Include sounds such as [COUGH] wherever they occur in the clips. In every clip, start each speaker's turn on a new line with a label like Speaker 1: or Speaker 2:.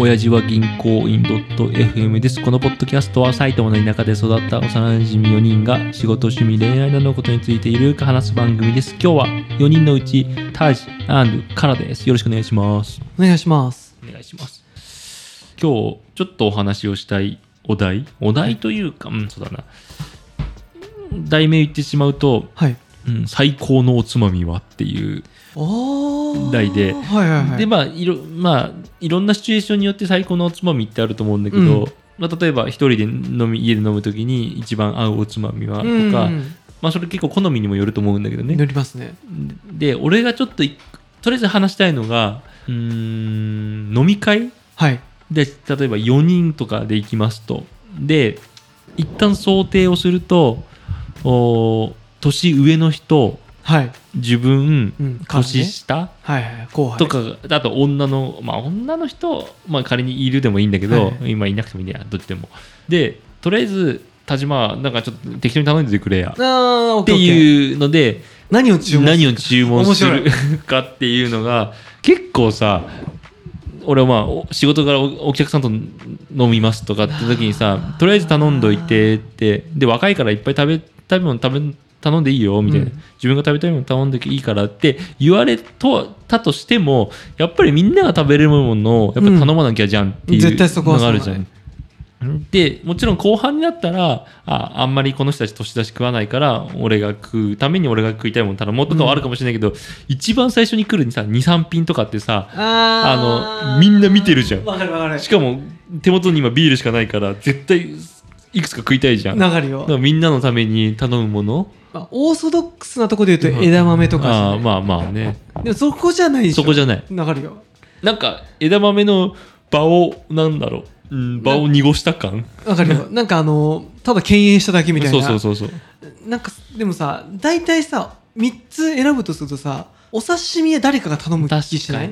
Speaker 1: 親父は銀行員 .fm です。このポッドキャストは埼玉の田舎で育った幼馴染4人が仕事、趣味、恋愛などのことについてゆるく話す番組です。今日は4人のうち、タージアンドカラです。よろしくお願いします。
Speaker 2: お願いします。
Speaker 1: お願いします。今日、ちょっとお話をしたいお題お題というか、うん、そうだな。題名言ってしまうと、
Speaker 2: はい。
Speaker 1: うん、最高のおつまみはっていう
Speaker 2: おー。
Speaker 1: 題で
Speaker 2: はいはいはい。
Speaker 1: でまあいろまあいろんなシチュエーションによって最高のおつまみってあると思うんだけど、
Speaker 2: うん
Speaker 1: まあ、例えば一人で飲み家で飲む時に一番合うおつまみはとか、
Speaker 2: うん
Speaker 1: まあ、それ結構好みにもよると思うんだけどね
Speaker 2: 塗りますね。
Speaker 1: で俺がちょっといとりあえず話したいのがうーん飲み会
Speaker 2: はい。
Speaker 1: で例えば4人とかで行きますとで一旦想定をするとお年上の人
Speaker 2: はい。
Speaker 1: 自分、
Speaker 2: うん。感
Speaker 1: 年
Speaker 2: じね
Speaker 1: 下、
Speaker 2: はいはい。後輩。
Speaker 1: と。かあと女のまあ女の人、まあ、仮にいるでもいいんだけど、
Speaker 2: は
Speaker 1: 今いなくてもいいんだよどっちでもでとりあえず田島なんかちょっと適当に頼んでてくれや
Speaker 2: あー、オッ
Speaker 1: って
Speaker 2: ケーオッケー。
Speaker 1: いうので
Speaker 2: 何を注文
Speaker 1: 何を注文する
Speaker 2: 面
Speaker 1: かっていうのが結構さ俺はまあお仕事からおお客さんと飲みますとかって時にさとりあえず頼んどいてってで若いからいっぱい食べ食べ物食べ頼んでいいよみたいな、
Speaker 2: うん
Speaker 1: 自分が食べたいもの頼んでいいからって言われとたとしてもやっぱりみんなが食べれるものをやっぱ頼まなきゃじゃんってい
Speaker 2: うん絶対そうこは
Speaker 1: の
Speaker 2: そ
Speaker 1: が
Speaker 2: うだ
Speaker 1: ある
Speaker 2: ね
Speaker 1: じゃん。でもちろん後半になったらああんまりこの人たち年だし食わないから俺が食うために俺が食いたいもの頼もうとかはあるかもしれないけど、一番最初に来るにさ23品とかってさ
Speaker 2: あー
Speaker 1: あのみんな見てるじゃん
Speaker 2: わかるわかる。
Speaker 1: しかも手元に今ビールしかないから絶対いくつか食いたいじゃんだか
Speaker 2: 流れよ。
Speaker 1: らみんなのために頼むもの
Speaker 2: まあオーソドックスなとこで言うと枝豆とかじゃ
Speaker 1: あ
Speaker 2: な
Speaker 1: あ
Speaker 2: い
Speaker 1: まあまあね
Speaker 2: でもそこじゃないでしょ。
Speaker 1: そこじゃない
Speaker 2: 流れよ。
Speaker 1: なんか枝豆の場をなんだろう、うん、場を濁した感
Speaker 2: わかるよ。なんかあの、ただ敬遠しただけみたいな。
Speaker 1: そうそうそうそう
Speaker 2: なんかでもさ大体さ3つ選ぶとするとさお刺身は誰かが頼む気しない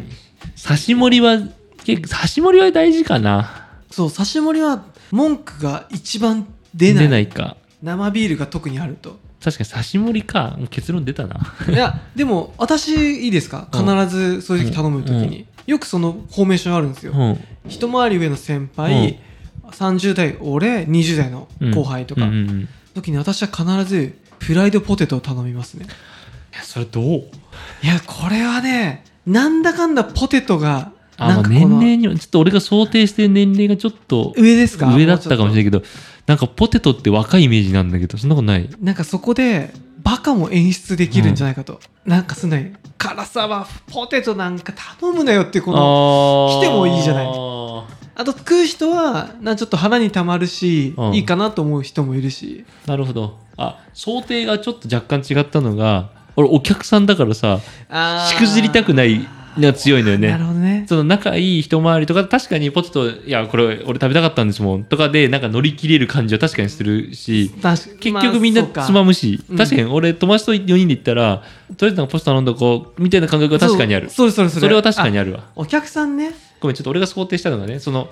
Speaker 1: 刺し盛りは結構刺し盛りは大事かな
Speaker 2: そう刺し盛りは文句が一番出ない
Speaker 1: か
Speaker 2: 生ビールが特にあると
Speaker 1: 確かに刺し盛りかもう結論出た
Speaker 2: [LAUGHS]
Speaker 1: な
Speaker 2: いやでも私いいですか必ずそういう時頼む
Speaker 1: う
Speaker 2: 時
Speaker 1: んう
Speaker 2: に、よくそのフォーメーションあるんですよ、
Speaker 1: うん
Speaker 2: 一回り上の先輩、30代俺20代の後輩と
Speaker 1: う
Speaker 2: か、
Speaker 1: んうんうんい
Speaker 2: 時に私は必ずフライドポテトを頼みますね
Speaker 1: やそれどう
Speaker 2: いやこれはねなんだかんだポテトが
Speaker 1: あ
Speaker 2: な
Speaker 1: ま
Speaker 2: ん
Speaker 1: あ
Speaker 2: か
Speaker 1: 年
Speaker 2: この
Speaker 1: 齢にもちょっと俺が想定してる年齢がちょっと
Speaker 2: 上ですか
Speaker 1: 上だったかもしれない
Speaker 2: い
Speaker 1: けどなんかポテトって若いイメージなんだけどそんなことない
Speaker 2: なんかそこでバカも演出できるんじゃないかと、なんかすんない辛さはポテトなんか頼むなよっていうこの
Speaker 1: あー
Speaker 2: 来てもいいじゃないあと食う人はなんかちょっと腹にたまるし、
Speaker 1: うん
Speaker 2: いいかなと思う人もいるし
Speaker 1: なるほどあ想定がちょっと若干違ったのが俺お客さんだからさ
Speaker 2: あー
Speaker 1: しくじりたくないのが強いのよね
Speaker 2: なるほどね
Speaker 1: [LAUGHS] その仲いい一回りとか確かにポテトいやこれ俺食べたかったんですもんとかでなんか乗り切れる感じは確かにするし
Speaker 2: 結
Speaker 1: 結局みんなつまむし、
Speaker 2: うん
Speaker 1: 確かに俺友達と4人で行ったらとりあえずなんかポテト頼んどこうみたいな感覚は確かにあるそ
Speaker 2: そうそれそれ
Speaker 1: れは確かに
Speaker 2: あ
Speaker 1: あるわ
Speaker 2: お客さんね
Speaker 1: ごめんちょっと俺が想定したのがねその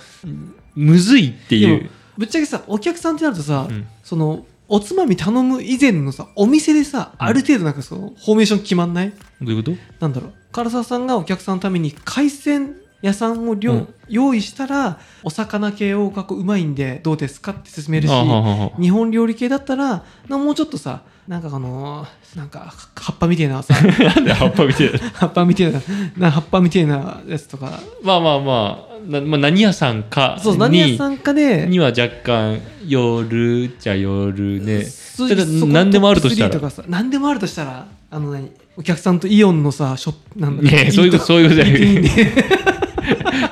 Speaker 1: むずいってい
Speaker 2: でも
Speaker 1: う、
Speaker 2: ぶっちゃけさお客さんってなるとさ、
Speaker 1: うん
Speaker 2: そのおつまみ頼む以前のさお店でさある程度なんかそのフォーメーション決まんない
Speaker 1: どういうこと
Speaker 2: なんだろう唐沢さんがお客さんのために海鮮屋さんをりょ、
Speaker 1: うん
Speaker 2: 用意したらお魚系をこううまいんでどうですかって勧めるし
Speaker 1: あははは
Speaker 2: 日本料理系だったらなもうちょっとさなんかあのーなんか葉っぱみたいなさ [LAUGHS]
Speaker 1: なんで葉っぱみたいな
Speaker 2: 葉っぱみたいなな葉っぱみたいなやつとか
Speaker 1: [LAUGHS] まあまあまあなまあ何屋さんか
Speaker 2: そう何屋さんかで
Speaker 1: には若干夜じゃ夜ね
Speaker 2: そ
Speaker 1: それ
Speaker 2: そこ
Speaker 1: 何でもあるとしたら
Speaker 2: トップ3とかさ何でもあるとしたらあの何お客さんとイオンのさショップなんだ
Speaker 1: いやいやそういうことそういうことじゃない
Speaker 2: イートインで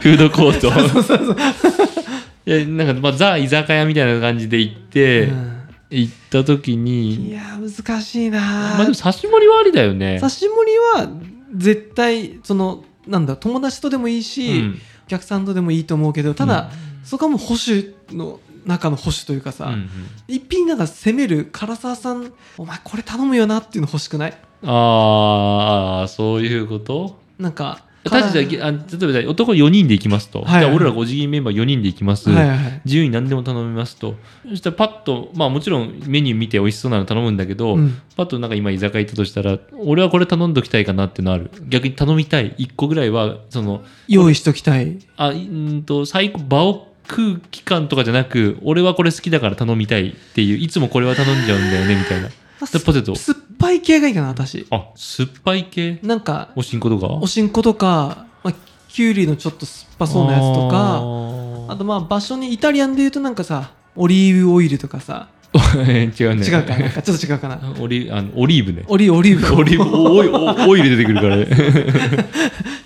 Speaker 1: フードコート
Speaker 2: [LAUGHS] そうそうそう、
Speaker 1: [LAUGHS] いやなんか、まあ、ザ居酒屋みたいな感じで行って、
Speaker 2: うん
Speaker 1: 行った時
Speaker 2: い
Speaker 1: に
Speaker 2: やー難しいなー、
Speaker 1: まあでも刺し盛りはありだよね
Speaker 2: 刺し盛りは絶対そのなんだ友達とでもいいし、
Speaker 1: うん
Speaker 2: お客さんとでもいいと思うけどただ、そこはもう保守の中の保守というかさ、
Speaker 1: うんうん
Speaker 2: 一品なんか攻める唐沢さんお前これ頼むよなっていうの欲しくない
Speaker 1: あーあーそういうこと
Speaker 2: なんか
Speaker 1: タジじゃああ例えばじゃあ男4人で行きますと、
Speaker 2: はい
Speaker 1: じゃあ俺ら5次元メンバー4人で行きます、
Speaker 2: はいはい
Speaker 1: 自由に何でも頼みますとそしたらパッとまあもちろんメニュー見て美味しそうなの頼むんだけど、
Speaker 2: うん
Speaker 1: パッとなんか今居酒屋行ったとしたら俺はこれ頼んどきたいかなってのある逆に頼みたい1個ぐらいはその
Speaker 2: 用意しときたい
Speaker 1: あうーんと最高場を空気感とかじゃなく俺はこれ好きだから頼みたいっていういつもこれは頼んじゃうんだよねみたいな
Speaker 2: あ
Speaker 1: でポテト
Speaker 2: 酸っぱい系がいいかな私
Speaker 1: あ酸っぱい系
Speaker 2: なんか
Speaker 1: おしんことか
Speaker 2: おしんことか、まあ、きゅうりのちょっと酸っぱそうなやつと
Speaker 1: あ
Speaker 2: かあとまあ場所にイタリアンで言うとなんかさオリーブオイルとかさ
Speaker 1: ー違うね
Speaker 2: 違うか [LAUGHS] なんかちょっと違うかな
Speaker 1: オリあのオリーブね
Speaker 2: オ
Speaker 1: [LAUGHS]
Speaker 2: リオリーブ
Speaker 1: オリーブオイルオイル出てくるからね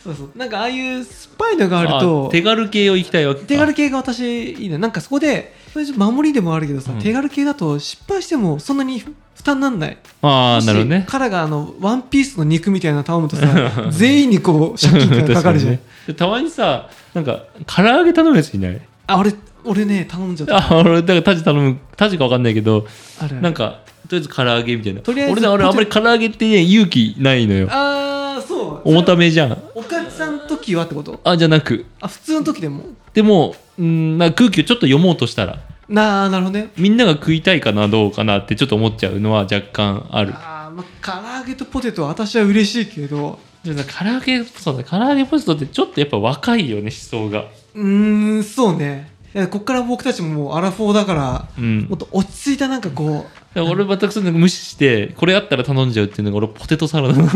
Speaker 2: そうそうなんかああいう酸っぱいのがあると
Speaker 1: あ手軽系を行きたいわけか
Speaker 2: 手軽系が私いいねなんかそこでそれじゃ守りでもあるけどさ、
Speaker 1: うん
Speaker 2: 手軽系だと失敗してもそんなに負担なんない
Speaker 1: ああなるほど
Speaker 2: も
Speaker 1: ね
Speaker 2: し彼があのワンピースの肉みたいなの頼む
Speaker 1: [LAUGHS]
Speaker 2: とさ全員にこう借金がかかるじゃん、
Speaker 1: 確にねたまにさなんか唐揚げ頼むやついない
Speaker 2: あ俺俺ね頼んじゃった
Speaker 1: あ俺だからタジ頼むタジか分かんないけど
Speaker 2: ある
Speaker 1: なんかとりあえず唐揚げみたいな
Speaker 2: とりあえず
Speaker 1: 俺ね俺あんまり唐揚げってね勇気ないのよ
Speaker 2: ああそう
Speaker 1: 重ためじゃん
Speaker 2: おかつさんの時はってこと
Speaker 1: あじゃなく
Speaker 2: あ普通の時でも
Speaker 1: でもうんなんか空気をちょっと読もうとしたら
Speaker 2: なあなるほどね
Speaker 1: みんなが食いたいかなどうかなってちょっと思っちゃうのは若干ある
Speaker 2: あー、まあ、唐揚げとポテトは私は嬉しいけど
Speaker 1: でもさ唐揚げそうだ唐揚げポテトってちょっとやっぱ若いよね思想が
Speaker 2: うーんそうねいやこっから僕たちももうアラフォーだから
Speaker 1: うん
Speaker 2: もっと落ち着いたなんかこう
Speaker 1: だから俺全くそれ無視してこれあったら頼んじゃうっていうのが俺ポテトサラダ [LAUGHS]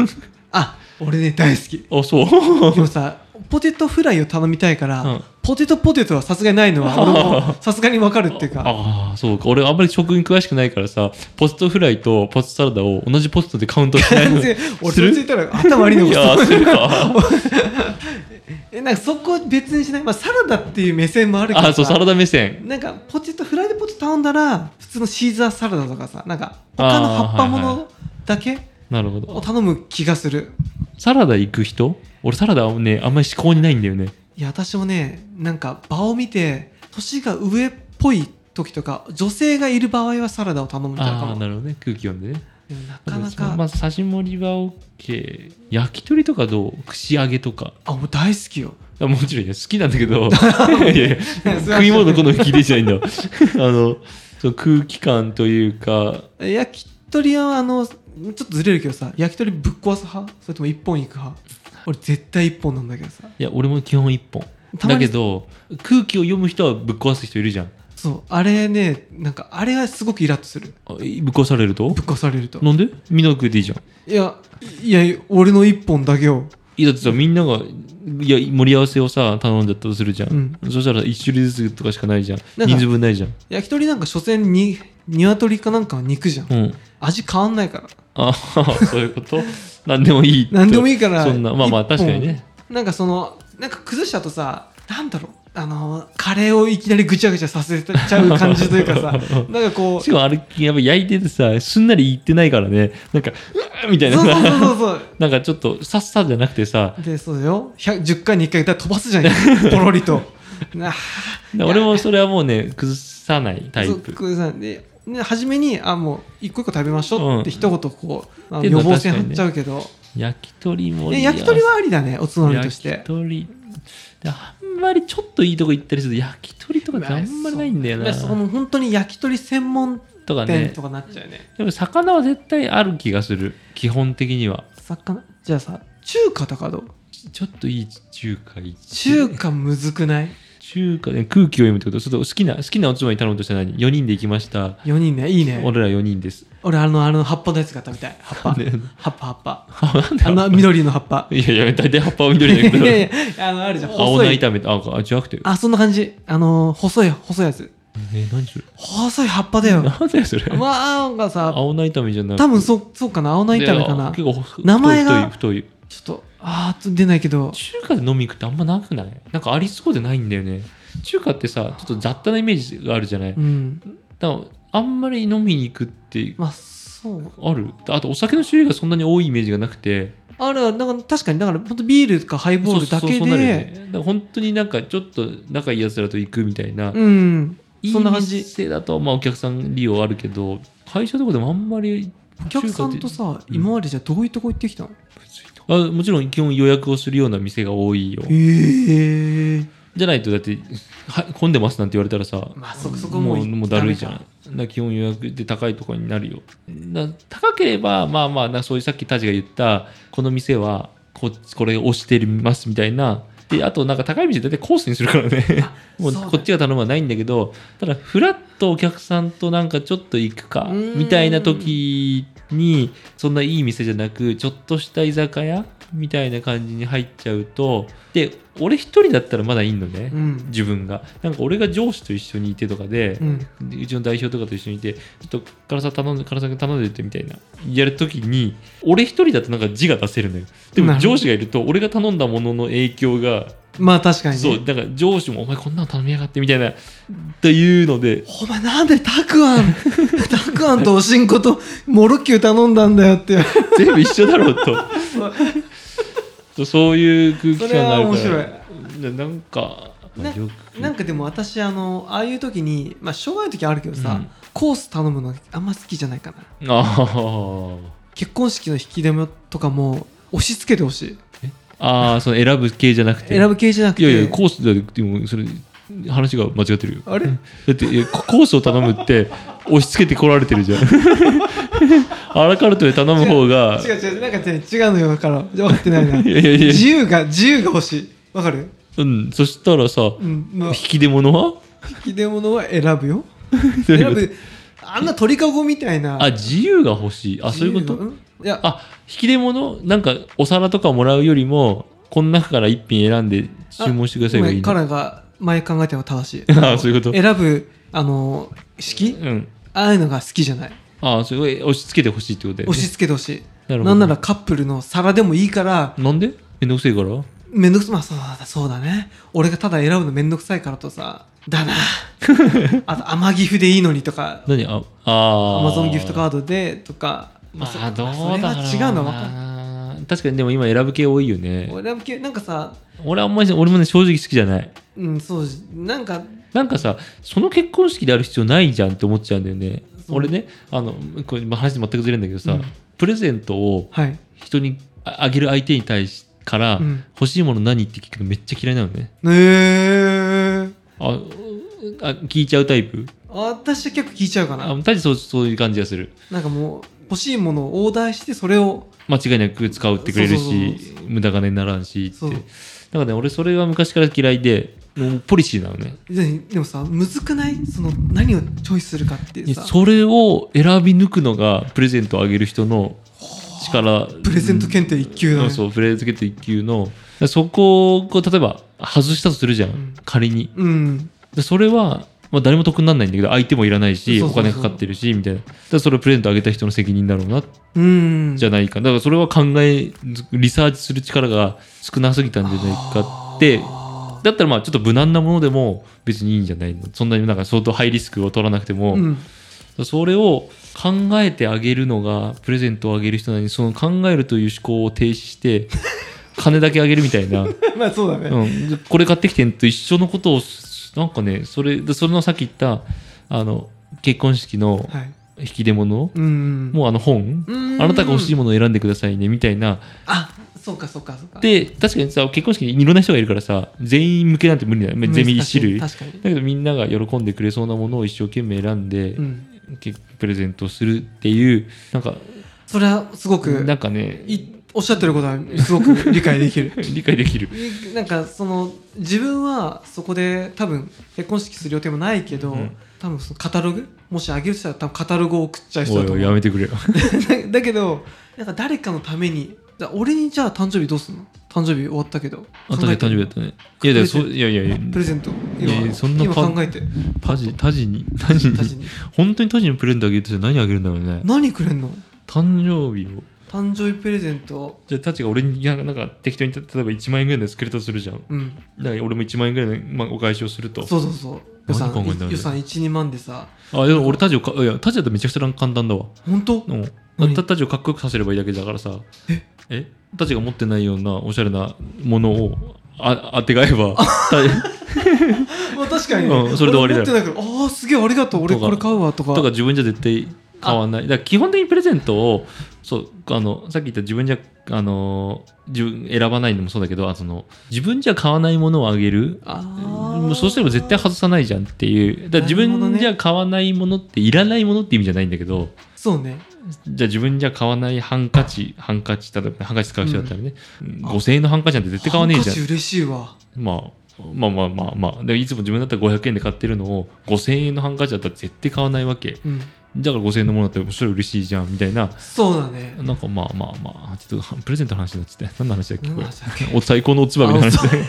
Speaker 2: あ俺ね大好き
Speaker 1: あそう
Speaker 2: でもさポテトフライを頼みたいから、
Speaker 1: うん
Speaker 2: ポテトポテトはさすがにない
Speaker 1: [LAUGHS]
Speaker 2: のは俺もさすがにわかるっていうか
Speaker 1: ああそうか俺あんまり食に詳しくないからさポテトフライとポテトサラダを同じポテトでカウントしない
Speaker 2: 全
Speaker 1: の
Speaker 2: 然俺
Speaker 1: す
Speaker 2: それ
Speaker 1: る
Speaker 2: ついたら頭悪いの
Speaker 1: い
Speaker 2: も
Speaker 1: やーするか
Speaker 2: [LAUGHS] えなんかそこ別にしない、まあ、サラダっていう目線もあるけど
Speaker 1: あー
Speaker 2: さ
Speaker 1: そうサラダ目線
Speaker 2: なんかポテトフライドポテト頼んだら普通のシーザーサラダとかさなんか他の葉っぱも
Speaker 1: あーはい
Speaker 2: のだけ
Speaker 1: なるほ
Speaker 2: を
Speaker 1: ど
Speaker 2: 頼む気がする
Speaker 1: サラダ行く人俺サラダはねあんまり思考にないんだよね
Speaker 2: いや私もねなんか場を見て年が上っぽい時とか女性がいる場合はサラダを頼むみたいなか
Speaker 1: ああ
Speaker 2: も
Speaker 1: ーなるほどね空気読んでね
Speaker 2: でもなかなか、
Speaker 1: まあ刺し盛りは OK 焼き鳥とかどう串揚げとか
Speaker 2: あもう大好きよ
Speaker 1: あもちろんいや好きなんだけ
Speaker 2: [LAUGHS]
Speaker 1: どいやいや食い物の好み聞いてんじゃないんだ [LAUGHS] あのその空気感というか
Speaker 2: 焼き鳥はあのちょっとずれるけどさ焼き鳥ぶっ壊す派それとも一本いく派俺絶対一本なんだけどさ
Speaker 1: いや俺も基本一本
Speaker 2: たま
Speaker 1: だ
Speaker 2: に
Speaker 1: けど空気を読む人はぶっ壊す人いるじゃん
Speaker 2: そうあれねなんかあれはすごくイラッとする
Speaker 1: あぶっ壊されると
Speaker 2: ぶっ壊されると
Speaker 1: なんでみんなが食えていいじゃん
Speaker 2: いや、いや、俺の一本だけを。
Speaker 1: いやだってさみんながいや盛り合わせをさ頼んじゃったとするじゃん、そしたら1種類ずつとかしかないじゃん
Speaker 2: なんか
Speaker 1: 人数分ないじゃん
Speaker 2: 焼き鳥なんか、所詮に、鶏かなんかは肉じゃん。
Speaker 1: うん
Speaker 2: 味変わんないから。
Speaker 1: あそういう
Speaker 2: [LAUGHS]
Speaker 1: こと何でもいいって
Speaker 2: なんでもいいから。
Speaker 1: そんなまあまあ
Speaker 2: 一本
Speaker 1: 確かにね。
Speaker 2: なんかその、なんか崩したとさ、なんだろう、あの、カレーをいきなりぐちゃぐちゃさせちゃう感じというか
Speaker 1: [LAUGHS]
Speaker 2: さ、なんかこう、
Speaker 1: し
Speaker 2: そう
Speaker 1: かもあれやっぱ焼いててさすんなりいってないからねなんかうわーみたいな
Speaker 2: そうそうそうそう。
Speaker 1: [LAUGHS] なんかちょっとさっさじゃなくてさ
Speaker 2: で、そうだよ。100 10回に1回言ったら飛ばすじゃん、ポロリ
Speaker 1: [LAUGHS]
Speaker 2: と。なあ
Speaker 1: で俺もそれはもうね崩さないタイ
Speaker 2: そう
Speaker 1: プ
Speaker 2: こうさでね初めにあもう一個一個食べましょうって一言こう、あの
Speaker 1: っていうの
Speaker 2: 予
Speaker 1: は
Speaker 2: 防線
Speaker 1: 確か
Speaker 2: 張
Speaker 1: に
Speaker 2: っ
Speaker 1: ね
Speaker 2: ちゃうけど、
Speaker 1: 焼き鳥も
Speaker 2: ね焼き鳥はありだねおつまみとし
Speaker 1: 焼
Speaker 2: て
Speaker 1: き鳥であんまりちょっといいとこ行ったりすると焼き鳥とかってあんまりないんだよ
Speaker 2: ま
Speaker 1: な
Speaker 2: あその本当に焼き鳥専門
Speaker 1: とか
Speaker 2: 店
Speaker 1: ね
Speaker 2: とかなっちゃうね
Speaker 1: でも魚は絶対ある気がする基本的には
Speaker 2: 魚じゃあさ中華とかどう
Speaker 1: ちょっといい中華行って
Speaker 2: 中華むずくない
Speaker 1: 中華で空気を読むってことちょっと好きな好きなおつまみ頼むとしたら何4人で行きました
Speaker 2: 4人ねいいね
Speaker 1: 俺
Speaker 2: 俺
Speaker 1: ら4人です
Speaker 2: あのあの葉っぱのやつが食べたい葉っぱ
Speaker 1: ね
Speaker 2: 葉っぱ葉っぱ
Speaker 1: なん
Speaker 2: あの緑の葉っぱ
Speaker 1: [LAUGHS] いやいや大体葉っぱは緑
Speaker 2: い
Speaker 1: だけど
Speaker 2: やいやあのあるじゃん
Speaker 1: 青
Speaker 2: 細
Speaker 1: 菜
Speaker 2: い
Speaker 1: 炒めああ違くて
Speaker 2: あそんな感じあの細い細いやつ
Speaker 1: え何それ
Speaker 2: 細い葉っぱだ
Speaker 1: [LAUGHS]
Speaker 2: よ
Speaker 1: なんだよそれ
Speaker 2: まあなんかさ
Speaker 1: 青菜炒めじゃなくて
Speaker 2: 多分そうそうかな青菜炒めか
Speaker 1: いや
Speaker 2: な
Speaker 1: 結構太い
Speaker 2: 名前が
Speaker 1: 太い太い
Speaker 2: ちょっとあーっと出ないけど
Speaker 1: 中華で飲み行くってあんまなくないなんかありそうでないんだよね中華ってさちょっと雑多なイメージがあるじゃない
Speaker 2: うん
Speaker 1: だからあんまり飲みに行くって
Speaker 2: まあそう
Speaker 1: あるあとお酒の種類がそんなに多いイメージがなくて
Speaker 2: あるあるなんか確かにだから本当ビールとかハイボールだ
Speaker 1: そう
Speaker 2: け
Speaker 1: そうそうなるよねだ
Speaker 2: で
Speaker 1: から本当になんかちょっと仲いいやつらと行くみたいな、
Speaker 2: うん
Speaker 1: いい
Speaker 2: そんな感じ
Speaker 1: 店だとまあお客さん利用あるけど会社とかでもあんまり
Speaker 2: お客さんと
Speaker 1: 中華っ
Speaker 2: さ
Speaker 1: て
Speaker 2: 今までじゃどういうとこ行ってきたの
Speaker 1: 別にあもちろん基本予約をするような店が多いよ
Speaker 2: えー、
Speaker 1: じゃないとだっては混んでますなんて言われたらさ
Speaker 2: まあそこそこもう
Speaker 1: もうもうだるいじゃん
Speaker 2: ダ
Speaker 1: だ
Speaker 2: メ
Speaker 1: から基本予約で高いところになるよだ高ければまあまあなそういうさっきタジが言ったこの店はここれ押してますみたいなであとなんか高い店大体コースにするからね [LAUGHS] もう
Speaker 2: そうだね
Speaker 1: こっちが頼むはないんだけどただフラッとお客さんとなんかちょっと行くか
Speaker 2: うーん
Speaker 1: みたいな時にそんないい店じゃなくちょっとした居酒屋みたいな感じに入っちゃうとで俺一人だったらまだいいのね、
Speaker 2: うん
Speaker 1: 自分がなんか俺が上司と一緒にいてとかで
Speaker 2: う、ん
Speaker 1: うちの代表とかと一緒にいてちょっと唐沢頼んで唐沢君頼んでってみたいなやるときに俺一人だとなんか字が出せるのよでも
Speaker 2: なるほど
Speaker 1: 上司がいると俺が頼んだものの影響が
Speaker 2: まあ確かにね
Speaker 1: そうなんか上司も「お前こんなの頼みやがって」みたいなっていうので
Speaker 2: お前なんでたくあん [LAUGHS] たくあんとおしんことモロッキュー頼んだんだよ [LAUGHS] って
Speaker 1: 全部一緒だろうと [LAUGHS] そうそういう空気感があるから
Speaker 2: それは
Speaker 1: ななんか
Speaker 2: な
Speaker 1: よく
Speaker 2: なんかでも私あのああいう時にまあしょうがない時あるけど
Speaker 1: う
Speaker 2: さ、
Speaker 1: ん
Speaker 2: コース頼むのあんま好きじゃないかな
Speaker 1: あー
Speaker 2: 結婚式の引き出物とかも押し付けてほしい
Speaker 1: あーその選ぶ系じゃなくて
Speaker 2: 選ぶ系じゃなくて
Speaker 1: いやいや、コースだって、でもそれ、話が間違ってるよ。
Speaker 2: あれ
Speaker 1: だって、いやココースを頼むって、押し付けてこられてる
Speaker 2: [LAUGHS]
Speaker 1: じゃん。アラカルトで頼む方が、
Speaker 2: 違う違うなんかね違うのよだから分かってないな
Speaker 1: [LAUGHS] いやいやいや
Speaker 2: 自由が自由が欲しいわかる
Speaker 1: うん、そしたらさ、
Speaker 2: うんまあ
Speaker 1: 引き出物は
Speaker 2: 引き出物は選ぶよ
Speaker 1: [LAUGHS] どういう
Speaker 2: 選
Speaker 1: こと
Speaker 2: ぶあんな鳥かごみたいな
Speaker 1: あ、自由が欲しい。あ、そういうこ
Speaker 2: 自
Speaker 1: と
Speaker 2: 由がんいや
Speaker 1: あ、引き出物なんか、お皿とかもらうよりも、この中から一品選んで注文してくださいがいい
Speaker 2: カ
Speaker 1: の。
Speaker 2: ラが前考えたのが正し
Speaker 1: [LAUGHS]
Speaker 2: い
Speaker 1: あそういうこと
Speaker 2: 選ぶあの式
Speaker 1: うん。
Speaker 2: ああいうのが好きじゃない
Speaker 1: あ、それ押し付けてほしいってことだよ
Speaker 2: 押
Speaker 1: ね
Speaker 2: し付けてほしい
Speaker 1: なるほ
Speaker 2: な
Speaker 1: ど
Speaker 2: んならカップルの皿でもいいから
Speaker 1: なんでめんどくせえから
Speaker 2: めんどくさまあそうだそうだね俺がただ選ぶのめんどくさいからとさ
Speaker 1: [LAUGHS]
Speaker 2: だなあと天岐阜でいいのにとか
Speaker 1: 何あ、あ
Speaker 2: ア
Speaker 1: ー
Speaker 2: マゾンギフトカードでとか
Speaker 1: ま
Speaker 2: そ
Speaker 1: あどうだろ
Speaker 2: そうれは
Speaker 1: な
Speaker 2: 違うの分か
Speaker 1: 確かにでも今選ぶ系多いよね
Speaker 2: る俺だけなんかさ
Speaker 1: 俺あんまり俺もね正直好きじゃない
Speaker 2: うんそうなんか
Speaker 1: なんかさその結婚式である必要ないじゃんって思っちゃうんだよね
Speaker 2: そう
Speaker 1: 俺ねあのこれまあ話全くずれるんだけどさ、
Speaker 2: うん
Speaker 1: プレゼントを
Speaker 2: はい
Speaker 1: 人にああげる相手に対しから、
Speaker 2: うん
Speaker 1: 欲しいもの何って聞くのめっちゃ嫌いなのね
Speaker 2: ねえ
Speaker 1: ああ聞いちゃうタイプ
Speaker 2: 私は結構聞いちゃうか
Speaker 1: あ
Speaker 2: な
Speaker 1: 大体そうそういう感じがする
Speaker 2: なんかもう欲しいものをオーダーしてそれを
Speaker 1: 間違いなく使うってくれるし
Speaker 2: そうそうそ
Speaker 1: 無駄金にならんしって
Speaker 2: そう
Speaker 1: だからね俺それは昔から嫌いでもうポリシーなのね
Speaker 2: ででもさむずくないその何をチョイスするかって
Speaker 1: いや
Speaker 2: さ
Speaker 1: それを選び抜くのがプレゼントをあげる人の力
Speaker 2: [LAUGHS] プレゼント検定一級
Speaker 1: う
Speaker 2: だね
Speaker 1: んそうプレゼント1級のそこをこう例えば外したとするじゃん、
Speaker 2: ん
Speaker 1: 仮に
Speaker 2: うん
Speaker 1: でそれは、まあ、誰も得にならないんだけど相手もいらないし
Speaker 2: そうそうそう
Speaker 1: お金かかってるしみたいなだからそれをプレゼントあげた人の責任だろうな
Speaker 2: うん
Speaker 1: じゃないかだからそれは考えリサーチする力が少なすぎたんじゃないかって
Speaker 2: あ
Speaker 1: だったらまあちょっと無難なものでも別にいいんじゃないのそんなになんか相当ハイリスクを取らなくても、
Speaker 2: ーうん
Speaker 1: それを考えてあげるのがプレゼントをあげる人なのにその考えるという思考を停止して [LAUGHS] 金だけあげるみたいな、う
Speaker 2: まあそうだね
Speaker 1: ん、これ買ってきてんと一緒のことをすなんかねそれでそれのさっき言ったあの結婚式の
Speaker 2: はい
Speaker 1: 引き出物、
Speaker 2: うん
Speaker 1: もうあの本、
Speaker 2: うん
Speaker 1: あなたが欲しいものを選んでくださいねみたいな
Speaker 2: あそうかそうかそうか
Speaker 1: で確かにさ結婚式にいろんな人がいるからさ全員向けなんて無理だよ
Speaker 2: うん
Speaker 1: ゼミ一種類だ
Speaker 2: 確かに確か
Speaker 1: けどみんなが喜んでくれそうなものを一生懸命選んで、
Speaker 2: にうん
Speaker 1: けプレゼントするっていうなんか
Speaker 2: それはすごく
Speaker 1: なんかね
Speaker 2: いおっしゃってることはすごく理解
Speaker 1: [LAUGHS]
Speaker 2: できる
Speaker 1: 理解できる
Speaker 2: いなんかその自分はそこで多分結婚式する予定もないけど、
Speaker 1: うん
Speaker 2: 多分そのカタログもしあげるとしたら多分カタログを送っちゃう人
Speaker 1: お
Speaker 2: だ
Speaker 1: い
Speaker 2: と
Speaker 1: おい
Speaker 2: 思
Speaker 1: や
Speaker 2: う
Speaker 1: めてくれよ
Speaker 2: だ [LAUGHS] だけどなんか誰かのためにだ俺にじゃあ誕生日どうすんの誕生日終わったけど
Speaker 1: あ確かに誕生日だったねいやいやそういやいやいや
Speaker 2: プレゼント
Speaker 1: いやい
Speaker 2: 今
Speaker 1: やそんな
Speaker 2: 今
Speaker 1: パン
Speaker 2: 考えて
Speaker 1: タジタジにタジに
Speaker 2: たち
Speaker 1: [LAUGHS]
Speaker 2: に
Speaker 1: 本当にタジにプレゼントあげるとしたら何あげるんだろうね
Speaker 2: 何くれんの
Speaker 1: 誕生日を
Speaker 2: 誕生日プレゼント
Speaker 1: じゃあタジが俺にいやなんか適当に例えば1万円ぐらいのやつくれたとするじゃんだか
Speaker 2: うん
Speaker 1: ら俺も1万円ぐらいの、まあ、お返しをすると
Speaker 2: そうそうそう予算
Speaker 1: 何考えてんの
Speaker 2: 予算12万でさ
Speaker 1: あいや俺タジをかいやタジだとめちゃくちゃ簡単だわ
Speaker 2: 本当
Speaker 1: うん
Speaker 2: 何
Speaker 1: たタジをかっこよくさせればいいだけだからさえタジが持ってないようなおしゃれなものをああてがえ
Speaker 2: [LAUGHS]
Speaker 1: ばタジ
Speaker 2: まあ確かに、
Speaker 1: うんそれで終わりだよ
Speaker 2: 俺持ってないけどああすげえありがとう俺
Speaker 1: とか
Speaker 2: これ買うわとか
Speaker 1: とか自分じゃ絶対変わんないだから基本的にプレゼントをそうあのさっき言った自分じゃあの自分選ばないのもそうだけどあその自分じゃ買わないものをあげる
Speaker 2: あ
Speaker 1: もうそうすれば絶対外さないじゃんっていうだから自
Speaker 2: なるほど
Speaker 1: 分
Speaker 2: ね
Speaker 1: じゃ買わないものっていらないものって意味じゃないんだけど
Speaker 2: そうね
Speaker 1: じゃあ自分じゃ買わないハンカチハンカチ例えばハンカチ使う人だったらね、5000円のハンカチなんて絶対買わねえじゃん
Speaker 2: ハンカチ嬉しいわ
Speaker 1: まあ、まあまあまあまあでいつも自分だったら500円で買ってるのを5000円のハンカチだったら絶対買わないわけ
Speaker 2: うん
Speaker 1: だから5000円のものだったらそれ嬉しいじゃんみたいな
Speaker 2: そうだね
Speaker 1: なんかまあまあまあちょっとプレゼントの話になっちゃって何の話だっけ
Speaker 2: 何
Speaker 1: これ
Speaker 2: の話だっけ
Speaker 1: お最高のおつばみの話だよ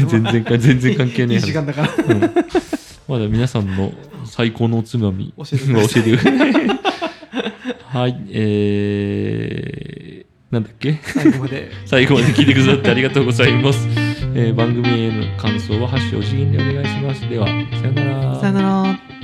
Speaker 1: [LAUGHS] 全然か全然関係ね
Speaker 2: い
Speaker 1: え
Speaker 2: い時
Speaker 1: 話
Speaker 2: 間だから
Speaker 1: うんまだ皆さんの最高のおつまみ
Speaker 2: 教えてくださ
Speaker 1: 教えてくれ [LAUGHS] はいえー、なんだっけ
Speaker 2: 最後まで
Speaker 1: 最後まで聞いてくださってありがとうございます。えー番組への感想は、ハッシュお辞儀でお願いします。では、さよなら。
Speaker 2: さよなら